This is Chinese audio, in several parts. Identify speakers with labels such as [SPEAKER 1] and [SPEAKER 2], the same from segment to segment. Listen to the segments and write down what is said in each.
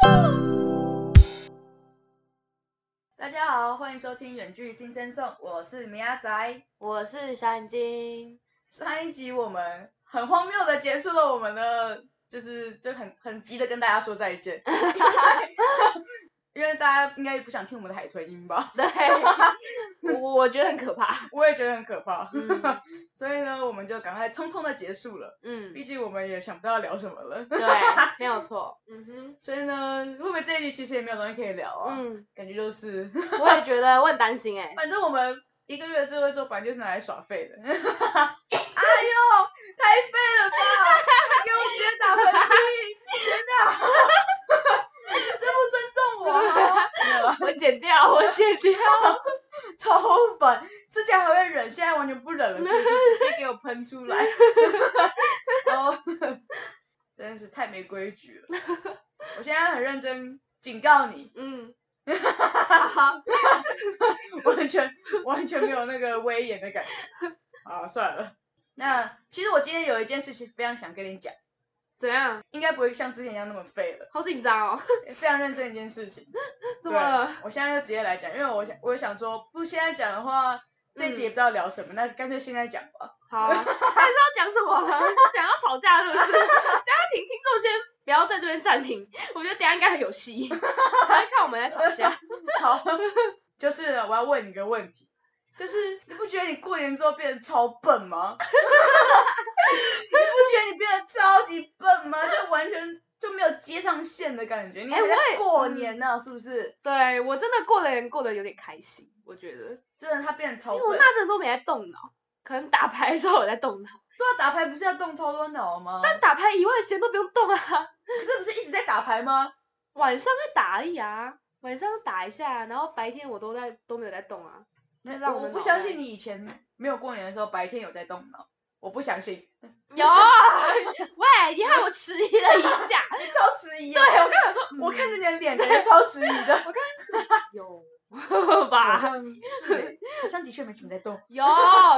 [SPEAKER 1] 啊大家好，欢迎收听《远距新生颂》，我是米阿仔。
[SPEAKER 2] 我是小眼睛，
[SPEAKER 1] 上一集我们很荒谬的结束了我们的，就是就很很急的跟大家说再 见，因为大家应该也不想听我们的海豚音吧？
[SPEAKER 2] 对，我我觉得很可怕。
[SPEAKER 1] 我也觉得很可怕，
[SPEAKER 2] 嗯
[SPEAKER 1] 所以呢，我们就赶快匆匆的结束了，
[SPEAKER 2] 嗯，
[SPEAKER 1] 毕竟我们也想不到要聊什么了。
[SPEAKER 2] 对，没有错。嗯哼，
[SPEAKER 1] 所以呢，会不会这一集其实也没有东西可以聊啊？
[SPEAKER 2] 嗯，
[SPEAKER 1] 感觉就是，
[SPEAKER 2] 我也觉得我很担心哎、
[SPEAKER 1] 反正我们一个月最后一周本来就是拿来耍废的。 哎呦，太废了吧！给我直接打喷嚏！天哪， 尊不尊重我啊？ 没有啦
[SPEAKER 2] 我剪掉，我剪掉。
[SPEAKER 1] 超粉，之前还会忍，现在完全不忍了，就是直接给我喷出来。 然后 真的是太没规矩了。我现在很认真警告你，
[SPEAKER 2] 嗯，哈哈，
[SPEAKER 1] 完全完全没有那个威严的感觉。啊，算了。那其实我今天有一件事情非常想跟你讲，
[SPEAKER 2] 怎样？
[SPEAKER 1] 应该不会像之前一样那么废了，
[SPEAKER 2] 好紧张哦，
[SPEAKER 1] 非常认真的一件事情。
[SPEAKER 2] 怎么了？
[SPEAKER 1] 对？我现在就直接来讲，因为我想我想说，不现在讲的话，这集也不知道聊什么，那干脆现在讲吧。
[SPEAKER 2] 好啊，还是要讲什么？想要吵架是不是？等下听听众先不要在这边暂停，我觉得等下应该很有戏。还看我们在吵架。
[SPEAKER 1] 好，就是呢我要问你一个问题，就是你不觉得你过年之后变得超笨吗？ 你不觉得你变得超级笨吗？就完全就没有接上线的感觉，你
[SPEAKER 2] 哎
[SPEAKER 1] 还在
[SPEAKER 2] 我也
[SPEAKER 1] 过年呢、是不是？
[SPEAKER 2] 对我真的过得过得有点开心，我觉得，
[SPEAKER 1] 真的，他变得超
[SPEAKER 2] 因
[SPEAKER 1] 笨。
[SPEAKER 2] 为我那阵都没在动脑，可能打牌的时候我在动脑。
[SPEAKER 1] 对啊，打牌不是要动超多脑吗？
[SPEAKER 2] 但打牌以外的时间都不用动啊，
[SPEAKER 1] 可是不是一直在打牌吗？
[SPEAKER 2] 晚上再打而已啊，晚上打一下，然后白天我都在都没有在动啊。那让
[SPEAKER 1] 我
[SPEAKER 2] 我的
[SPEAKER 1] 不
[SPEAKER 2] 脑
[SPEAKER 1] 相
[SPEAKER 2] 袋
[SPEAKER 1] 信你以前没有过年的时候白天有在动脑，我不相信，
[SPEAKER 2] 有，喂，你害我迟疑了一下。
[SPEAKER 1] 你超迟疑
[SPEAKER 2] 对，
[SPEAKER 1] 啊。
[SPEAKER 2] 我刚想说，
[SPEAKER 1] 我看
[SPEAKER 2] 嗯
[SPEAKER 1] 着你的脸，感觉超迟疑 的。
[SPEAKER 2] 我刚有
[SPEAKER 1] 好
[SPEAKER 2] 吧，
[SPEAKER 1] 像是欸，好像的确没什么在动。
[SPEAKER 2] 有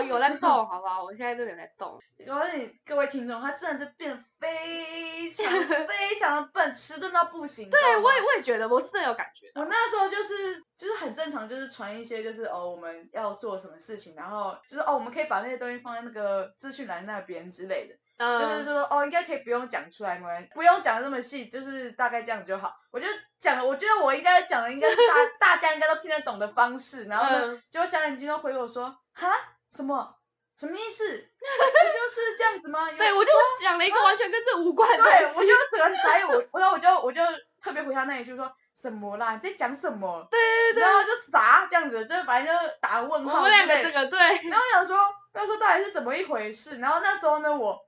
[SPEAKER 2] 有在动，好不好？我现在真的有在动。
[SPEAKER 1] 我告诉你各位听众，他真的是变得非常 非常的笨，迟钝到不行。
[SPEAKER 2] 对，我也
[SPEAKER 1] 也
[SPEAKER 2] 我也觉得，我是真的有感觉。
[SPEAKER 1] 我那时候就是就是很正常，就是传一些就是哦我们要做什么事情，然后就是哦我们可以把那些东西放在那个资讯栏那边之类的。就
[SPEAKER 2] 嗯，
[SPEAKER 1] 是说哦，应该可以不用讲出来，没关系，不用讲的那么细，就是大概这样就好。我就讲了，我觉得我应该讲的应该是 大大家应该都听得懂的方式，然后呢，
[SPEAKER 2] 嗯
[SPEAKER 1] 结果小眼睛就回我说哈什么什么意思？不就是这样子 吗？有
[SPEAKER 2] 对我就讲了一个完全跟这无关的
[SPEAKER 1] 对，
[SPEAKER 2] 东
[SPEAKER 1] 我
[SPEAKER 2] 西
[SPEAKER 1] 就。整个傻眼，我然后我就我就特别回他那一句说什么啦，你在讲什么？
[SPEAKER 2] 对对对，
[SPEAKER 1] 然后就傻这样子，就是反正就是打问号
[SPEAKER 2] 我们两
[SPEAKER 1] 之类
[SPEAKER 2] 个
[SPEAKER 1] 的
[SPEAKER 2] 这个对，
[SPEAKER 1] 然后我想说，那时候到底是怎么一回事？然后那时候呢，我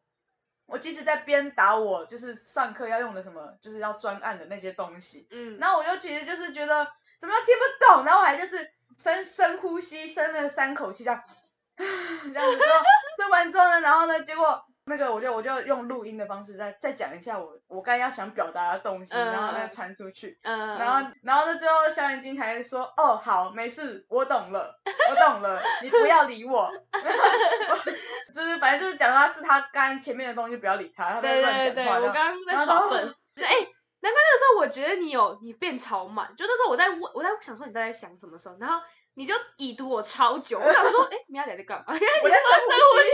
[SPEAKER 1] 我其实在边打我就是上课要用的什么，就是要专案的那些东西。
[SPEAKER 2] 嗯，
[SPEAKER 1] 然后我就其实就是觉得怎么听不懂，然后我还就是深深呼吸，深了三口气这样， 这样子之后深完之后呢，然后呢，结果那个我就我就用录音的方式再再讲一下我我刚才要想表达的东西，然后
[SPEAKER 2] 嗯嗯
[SPEAKER 1] 呢
[SPEAKER 2] 嗯
[SPEAKER 1] 传出去。
[SPEAKER 2] 嗯，
[SPEAKER 1] 然后，然后呢？最后小眼睛才说：“哦，好，没事，我懂了，我懂了，你不要理我。” 就是反正就是讲到是他刚前面的东西，不要理他，他在
[SPEAKER 2] 对
[SPEAKER 1] 乱
[SPEAKER 2] 对对，
[SPEAKER 1] 讲话。
[SPEAKER 2] 我
[SPEAKER 1] 然后
[SPEAKER 2] 刚刚
[SPEAKER 1] 然
[SPEAKER 2] 在
[SPEAKER 1] 后
[SPEAKER 2] 耍
[SPEAKER 1] 说
[SPEAKER 2] 笨。对，哎、难怪那个时候我觉得你有你变超慢，就那时候我在问，我在想说你到底在想什么时候，然后你就已读我超久，我想 说，哎、米娅姐在干嘛？因 为
[SPEAKER 1] 我
[SPEAKER 2] 你
[SPEAKER 1] 在
[SPEAKER 2] 深
[SPEAKER 1] 深
[SPEAKER 2] 深
[SPEAKER 1] 呼
[SPEAKER 2] 呼吸，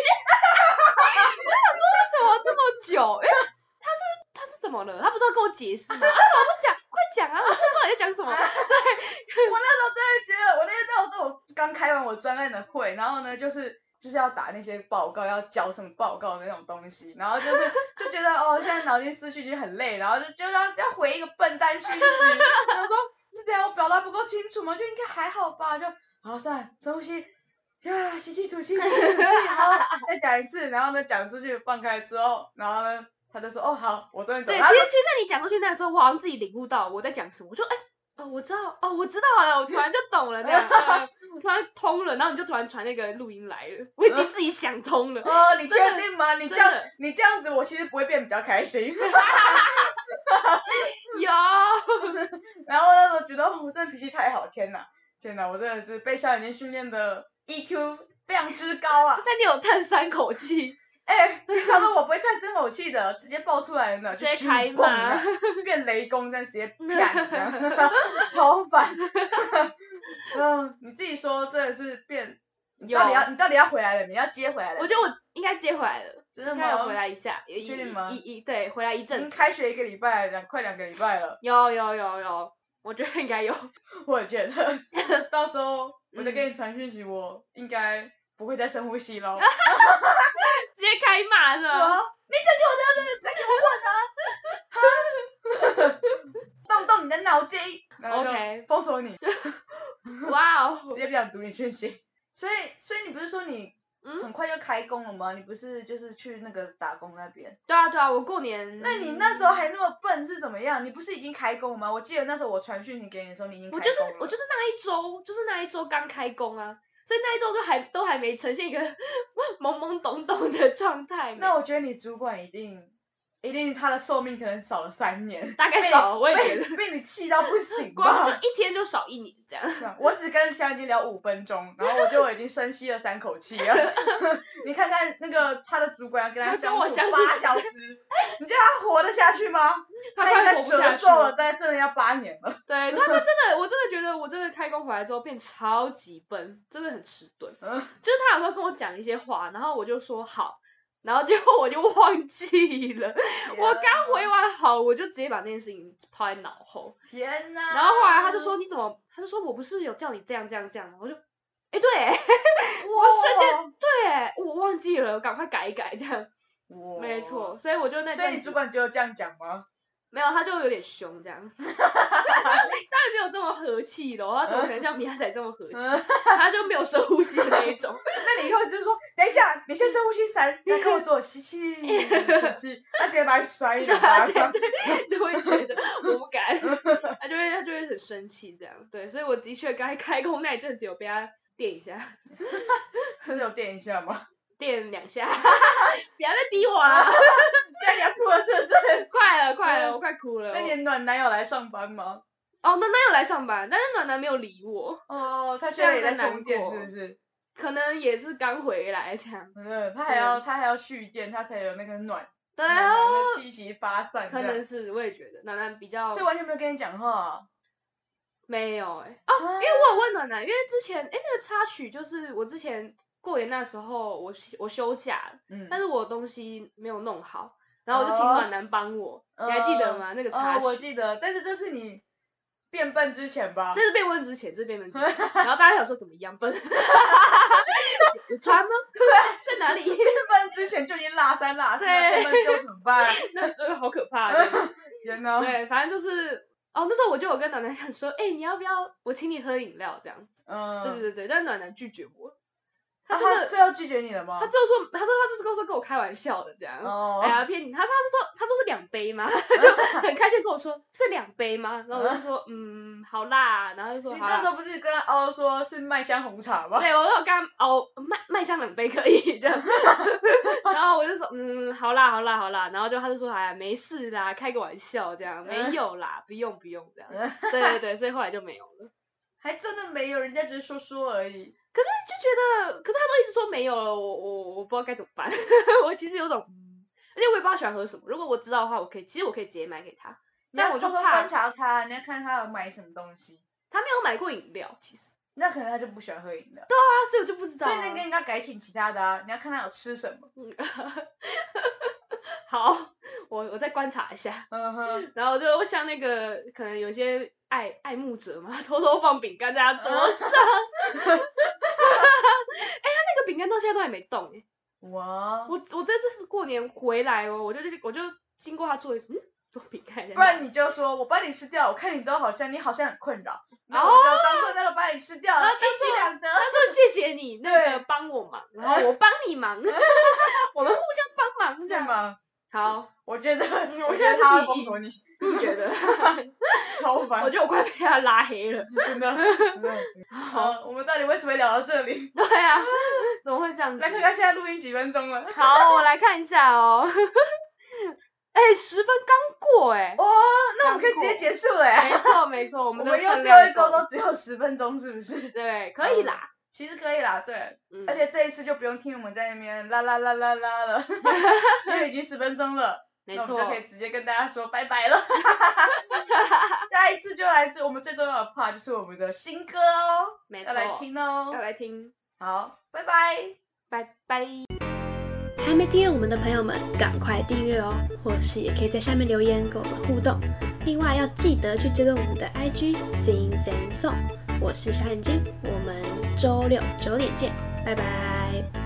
[SPEAKER 2] 我想说为什么那么久？哎、他是他是怎么了？他不是要跟我解释吗？他怎么不讲？快讲啊！我真的不知道你在 讲什么。对，
[SPEAKER 1] 我那时候真的觉得，我那天到时候我刚开完我专案的会，然后呢，就是就是要打那些报告，要交什么报告的那种东西，然后就是 就觉得哦，现在脑筋思绪已经很累，然后就就要要回一个笨蛋讯息，我说是这样，我表达不够清楚吗？就应该还好吧，就好算了，深呼吸。啊，吸气吐气，吸气吐气，然后再讲一次，然后呢讲出去，放开之后，然后呢他就说哦好，我终于懂
[SPEAKER 2] 对，
[SPEAKER 1] 了。
[SPEAKER 2] 其实其实在你讲出去那个时候，我好像自己领悟到我在讲什么，我就哎、哦，我知道，哦，我知道了，我突然就懂了，这样，呃突然通了，然后你就突然传那个录音来了，我已经自己想通 了，
[SPEAKER 1] 哦，你确
[SPEAKER 2] 真的
[SPEAKER 1] 定吗？你这
[SPEAKER 2] 真
[SPEAKER 1] 样
[SPEAKER 2] 的
[SPEAKER 1] 你这样子，我其实不会变比较开心。
[SPEAKER 2] 有，
[SPEAKER 1] 然后那时候觉得，哦我真的脾气太好，天哪，天哪，我真的是被小眼睛训练的 EQ 非常之高啊！
[SPEAKER 2] 但你有叹三口 气，
[SPEAKER 1] 哎、平常的我不会叹这口气的，直接爆出来的呢，就
[SPEAKER 2] 直接
[SPEAKER 1] 虚
[SPEAKER 2] 开
[SPEAKER 1] 蹦
[SPEAKER 2] 骂
[SPEAKER 1] 啊，变雷公这样直接啪，超烦。嗯，你自己说真的是变，你
[SPEAKER 2] 有
[SPEAKER 1] 到底要你到底要回来了？你要接回来了？
[SPEAKER 2] 我觉得我应该接回来了，
[SPEAKER 1] 真的
[SPEAKER 2] 应该有
[SPEAKER 1] 吗？
[SPEAKER 2] 回来一下，一
[SPEAKER 1] 确定吗
[SPEAKER 2] 一一对，回来一
[SPEAKER 1] 已经
[SPEAKER 2] 阵子，
[SPEAKER 1] 开学一个礼拜，两快两个礼拜了，
[SPEAKER 2] 有有有有，我觉得应该有。
[SPEAKER 1] 我也觉得到时候我
[SPEAKER 2] 嗯
[SPEAKER 1] 再给你传讯息，我应该不会再深呼吸 喽。
[SPEAKER 2] 直接开骂是
[SPEAKER 1] 啊
[SPEAKER 2] 吧？！
[SPEAKER 1] 你再给我这样子，再给我问 啊！哈动动你的脑筋然后就
[SPEAKER 2] OK
[SPEAKER 1] 封锁你，直
[SPEAKER 2] 哇哦，
[SPEAKER 1] 接不想读你讯息。所以，所以你不是说你
[SPEAKER 2] 嗯
[SPEAKER 1] 很快就开工了吗？你不是就是去那个打工那边？
[SPEAKER 2] 对啊对啊，我过年。
[SPEAKER 1] 那你那时候还那么笨是怎么样？你不是已经开工了吗？我记得那时候我传讯息给你的时候，你已经开
[SPEAKER 2] 我
[SPEAKER 1] 工
[SPEAKER 2] 就是
[SPEAKER 1] 了
[SPEAKER 2] 我就是那一周，就是那一周刚开工啊，所以那一周就还都还没呈现一个 懵懵懂懂的状态呢。
[SPEAKER 1] 那我觉得你主管一定，一定他的寿命可能少了三年，
[SPEAKER 2] 大概
[SPEAKER 1] 被
[SPEAKER 2] 少了，我也觉
[SPEAKER 1] 被 哦
[SPEAKER 2] 得，
[SPEAKER 1] 被你气到不行吧
[SPEAKER 2] 光？就一天就少一年这 样。
[SPEAKER 1] 是啊我只跟香姐聊五分钟，然后我就已经深吸了三口气 了。你看看那个他的主管要跟他
[SPEAKER 2] 他跟我
[SPEAKER 1] 相
[SPEAKER 2] 相
[SPEAKER 1] 处
[SPEAKER 2] 处
[SPEAKER 1] 八小 时，你觉得他活得下去吗？
[SPEAKER 2] 他
[SPEAKER 1] 应
[SPEAKER 2] 快
[SPEAKER 1] 该
[SPEAKER 2] 活不
[SPEAKER 1] 折
[SPEAKER 2] 下去
[SPEAKER 1] 寿了，
[SPEAKER 2] 了
[SPEAKER 1] 大概真的要八年了。
[SPEAKER 2] 对，他他真的，我真的觉得我真的开工回来之后变超级笨，真的很迟钝。
[SPEAKER 1] 嗯
[SPEAKER 2] 就是他有时候跟我讲一些话，然后我就说好，然后结果我就忘记了。我刚回完好，我就直接把这件事情抛在脑后。
[SPEAKER 1] 天哪！
[SPEAKER 2] 然后后来他就说，你怎么？他就说我不是有叫你这样这样这样吗？我就，哎对欸
[SPEAKER 1] 哇，
[SPEAKER 2] 我瞬间对欸，我忘记了，赶快改一改这样。
[SPEAKER 1] 哇
[SPEAKER 2] 没错，。所以我就那
[SPEAKER 1] 哦所以
[SPEAKER 2] 阵
[SPEAKER 1] 你主
[SPEAKER 2] 子
[SPEAKER 1] 管只有这样讲吗？
[SPEAKER 2] 没有，他就有点凶这样，当 然没有这么和气咯，他怎么可能像米亚仔这么和气？他就没有深呼吸的那一种。
[SPEAKER 1] 那你以后就是说，等一下，你先深呼吸三，你要跟我做吸 气，吸气，他直接把你摔一
[SPEAKER 2] 对
[SPEAKER 1] 两
[SPEAKER 2] 啊，
[SPEAKER 1] 巴
[SPEAKER 2] 对
[SPEAKER 1] 掌。
[SPEAKER 2] 对，就会觉得我不敢，他就会他就会很生气这样。对，所以我的确刚开工那一阵子有被他电一下，
[SPEAKER 1] 是有电一下吗？
[SPEAKER 2] 电两下， 不要再逼我了，
[SPEAKER 1] 对，啊你要哭了是不是？
[SPEAKER 2] 快了快了，我快哭了。
[SPEAKER 1] 那你的暖男有来上班吗？
[SPEAKER 2] 哦，暖男有来上班，但是暖男没有理我，
[SPEAKER 1] 哦，他现在也在
[SPEAKER 2] 非常的
[SPEAKER 1] 充电
[SPEAKER 2] 难过
[SPEAKER 1] 是不是？
[SPEAKER 2] 可能也是刚回来这样。
[SPEAKER 1] 嗯，他还要他还要蓄电，他才有那个暖
[SPEAKER 2] 对
[SPEAKER 1] 暖
[SPEAKER 2] 啊，
[SPEAKER 1] 男的气息发散这
[SPEAKER 2] 可
[SPEAKER 1] 样，
[SPEAKER 2] 能是我也觉得暖男比较
[SPEAKER 1] 所以完全没有跟你讲话
[SPEAKER 2] 没有哎、
[SPEAKER 1] 啊，
[SPEAKER 2] 因为我有问暖男，因为之前哎、那个插曲就是我之前过年那时候我休我休假了。
[SPEAKER 1] 嗯
[SPEAKER 2] 但是我东西没有弄好，然后我就请
[SPEAKER 1] 哦
[SPEAKER 2] 暖男帮我，你还记得吗？那个插
[SPEAKER 1] 哦，我
[SPEAKER 2] 曲，
[SPEAKER 1] 记得，但是这是你变笨之前吧
[SPEAKER 2] 这？是被问之前，这是被 问之前，然后大家想说怎么一样笨， 有穿吗？在哪 里？
[SPEAKER 1] 变笨之前就已经落三落四了，
[SPEAKER 2] 对
[SPEAKER 1] 变笨之后怎么 办？
[SPEAKER 2] 那这个好可 怕的，
[SPEAKER 1] 天哪！
[SPEAKER 2] 对，反正就是。哦，那时候我就有跟暖男讲说，哎、你要不要我请你喝饮料这样子？
[SPEAKER 1] 嗯，
[SPEAKER 2] 对对对对，但暖男拒绝我，他
[SPEAKER 1] 啊
[SPEAKER 2] 真的，
[SPEAKER 1] 最后拒绝你了吗
[SPEAKER 2] 他？最后说，他说他就是跟我说跟我开玩笑的这样，
[SPEAKER 1] 哦
[SPEAKER 2] 哎，呀，骗你！他他是说他说是两杯吗？ 就很开心跟我说是两杯吗？然后我就说嗯，好啦，然后就说
[SPEAKER 1] 啊你
[SPEAKER 2] 好
[SPEAKER 1] 那时
[SPEAKER 2] 啦。
[SPEAKER 1] 候不是跟他凹说是麦香红茶吗？
[SPEAKER 2] 对，我有跟他哦，麦麦香两杯可以 这样，然后我就说嗯，好啦，好啦，好啦，然后就他就说哎呀，没事啦，开个玩笑这样，没
[SPEAKER 1] 嗯
[SPEAKER 2] 有啦，不用不用这样
[SPEAKER 1] 嗯，
[SPEAKER 2] 对对对，所以后来就没有了。
[SPEAKER 1] 还真的没有，人家只是说说而已。
[SPEAKER 2] 可是就觉得，可是他都一直说没有了，我我我不知道该怎么办， 我其实有种，嗯而且我也不知道他喜欢喝什么，如果我知道的话，我可以，其实我可以直接买给他，
[SPEAKER 1] 你
[SPEAKER 2] 但
[SPEAKER 1] 要
[SPEAKER 2] 我就
[SPEAKER 1] 偷偷
[SPEAKER 2] 怕
[SPEAKER 1] 观察他，你要看他有买什么东西。
[SPEAKER 2] 他没有买过饮料，其实
[SPEAKER 1] 那可能他就不喜欢喝饮料，
[SPEAKER 2] 啊，所以我就不知道、
[SPEAKER 1] 所以
[SPEAKER 2] 啊。
[SPEAKER 1] 那个应该改请其他的啊。你要看他有吃什么。
[SPEAKER 2] 好， 我我再观察一下，
[SPEAKER 1] 嗯 哼，
[SPEAKER 2] 然后就像那个可能有些爱爱慕者嘛， 偷偷放饼干在他桌 上。哎、他那个饼干到现在都还没动哎、
[SPEAKER 1] 哇，
[SPEAKER 2] 我我这次是过年回来哦，我就去我就经过他桌椅，嗯，做饼干在
[SPEAKER 1] 不
[SPEAKER 2] 哪
[SPEAKER 1] 然你就说我帮你吃掉，我看你都好像你好像很困扰，然后我就当哦做那个把你吃掉了，
[SPEAKER 2] 然
[SPEAKER 1] 一
[SPEAKER 2] 后当作
[SPEAKER 1] 举两得。
[SPEAKER 2] 他说谢谢你那
[SPEAKER 1] 对
[SPEAKER 2] 个帮我忙，然后我帮你 忙，我们互相帮忙这样。
[SPEAKER 1] 吗？
[SPEAKER 2] 好，
[SPEAKER 1] 嗯我觉得，
[SPEAKER 2] 我
[SPEAKER 1] 觉得
[SPEAKER 2] 现在自
[SPEAKER 1] 他会
[SPEAKER 2] 己
[SPEAKER 1] 封锁你，
[SPEAKER 2] 你觉得？
[SPEAKER 1] 超
[SPEAKER 2] 我
[SPEAKER 1] 烦，
[SPEAKER 2] 觉得我快被他拉黑了。
[SPEAKER 1] 真的。真的 好，我们到底为什么会聊到这里？
[SPEAKER 2] 对啊，怎么会这样子？
[SPEAKER 1] 来看看现在录音几分钟了。
[SPEAKER 2] 好，我来看一下哦。 哎、十分刚过哎、
[SPEAKER 1] 哦，那我们可以直接结束了哎。
[SPEAKER 2] 没错没错，我
[SPEAKER 1] 我
[SPEAKER 2] 们的
[SPEAKER 1] 们又
[SPEAKER 2] 分
[SPEAKER 1] 最后一
[SPEAKER 2] 量
[SPEAKER 1] 周
[SPEAKER 2] 够
[SPEAKER 1] 都只有十分钟，是不是？
[SPEAKER 2] 对，可以啦。
[SPEAKER 1] 其实可以啦，对。
[SPEAKER 2] 嗯，
[SPEAKER 1] 而且这一次就不用听我们在那边啦啦啦啦啦了，因为已经十分钟了。
[SPEAKER 2] 没
[SPEAKER 1] 那我
[SPEAKER 2] 错
[SPEAKER 1] 们就，可以直接跟大家说拜拜 了。下一次就来最我们最重要的 part 就是我们的新歌哦，
[SPEAKER 2] 没错，
[SPEAKER 1] 要来听哦
[SPEAKER 2] 要。来听，
[SPEAKER 1] 好，拜拜。
[SPEAKER 2] 拜拜。
[SPEAKER 3] 还没订阅我们的朋友们，赶快订阅哦！或是也可以在下面留言跟我们互动。另外要记得去追踪我们的 IG Sing Sing Song。我是小眼睛，我们周六九点见，拜拜。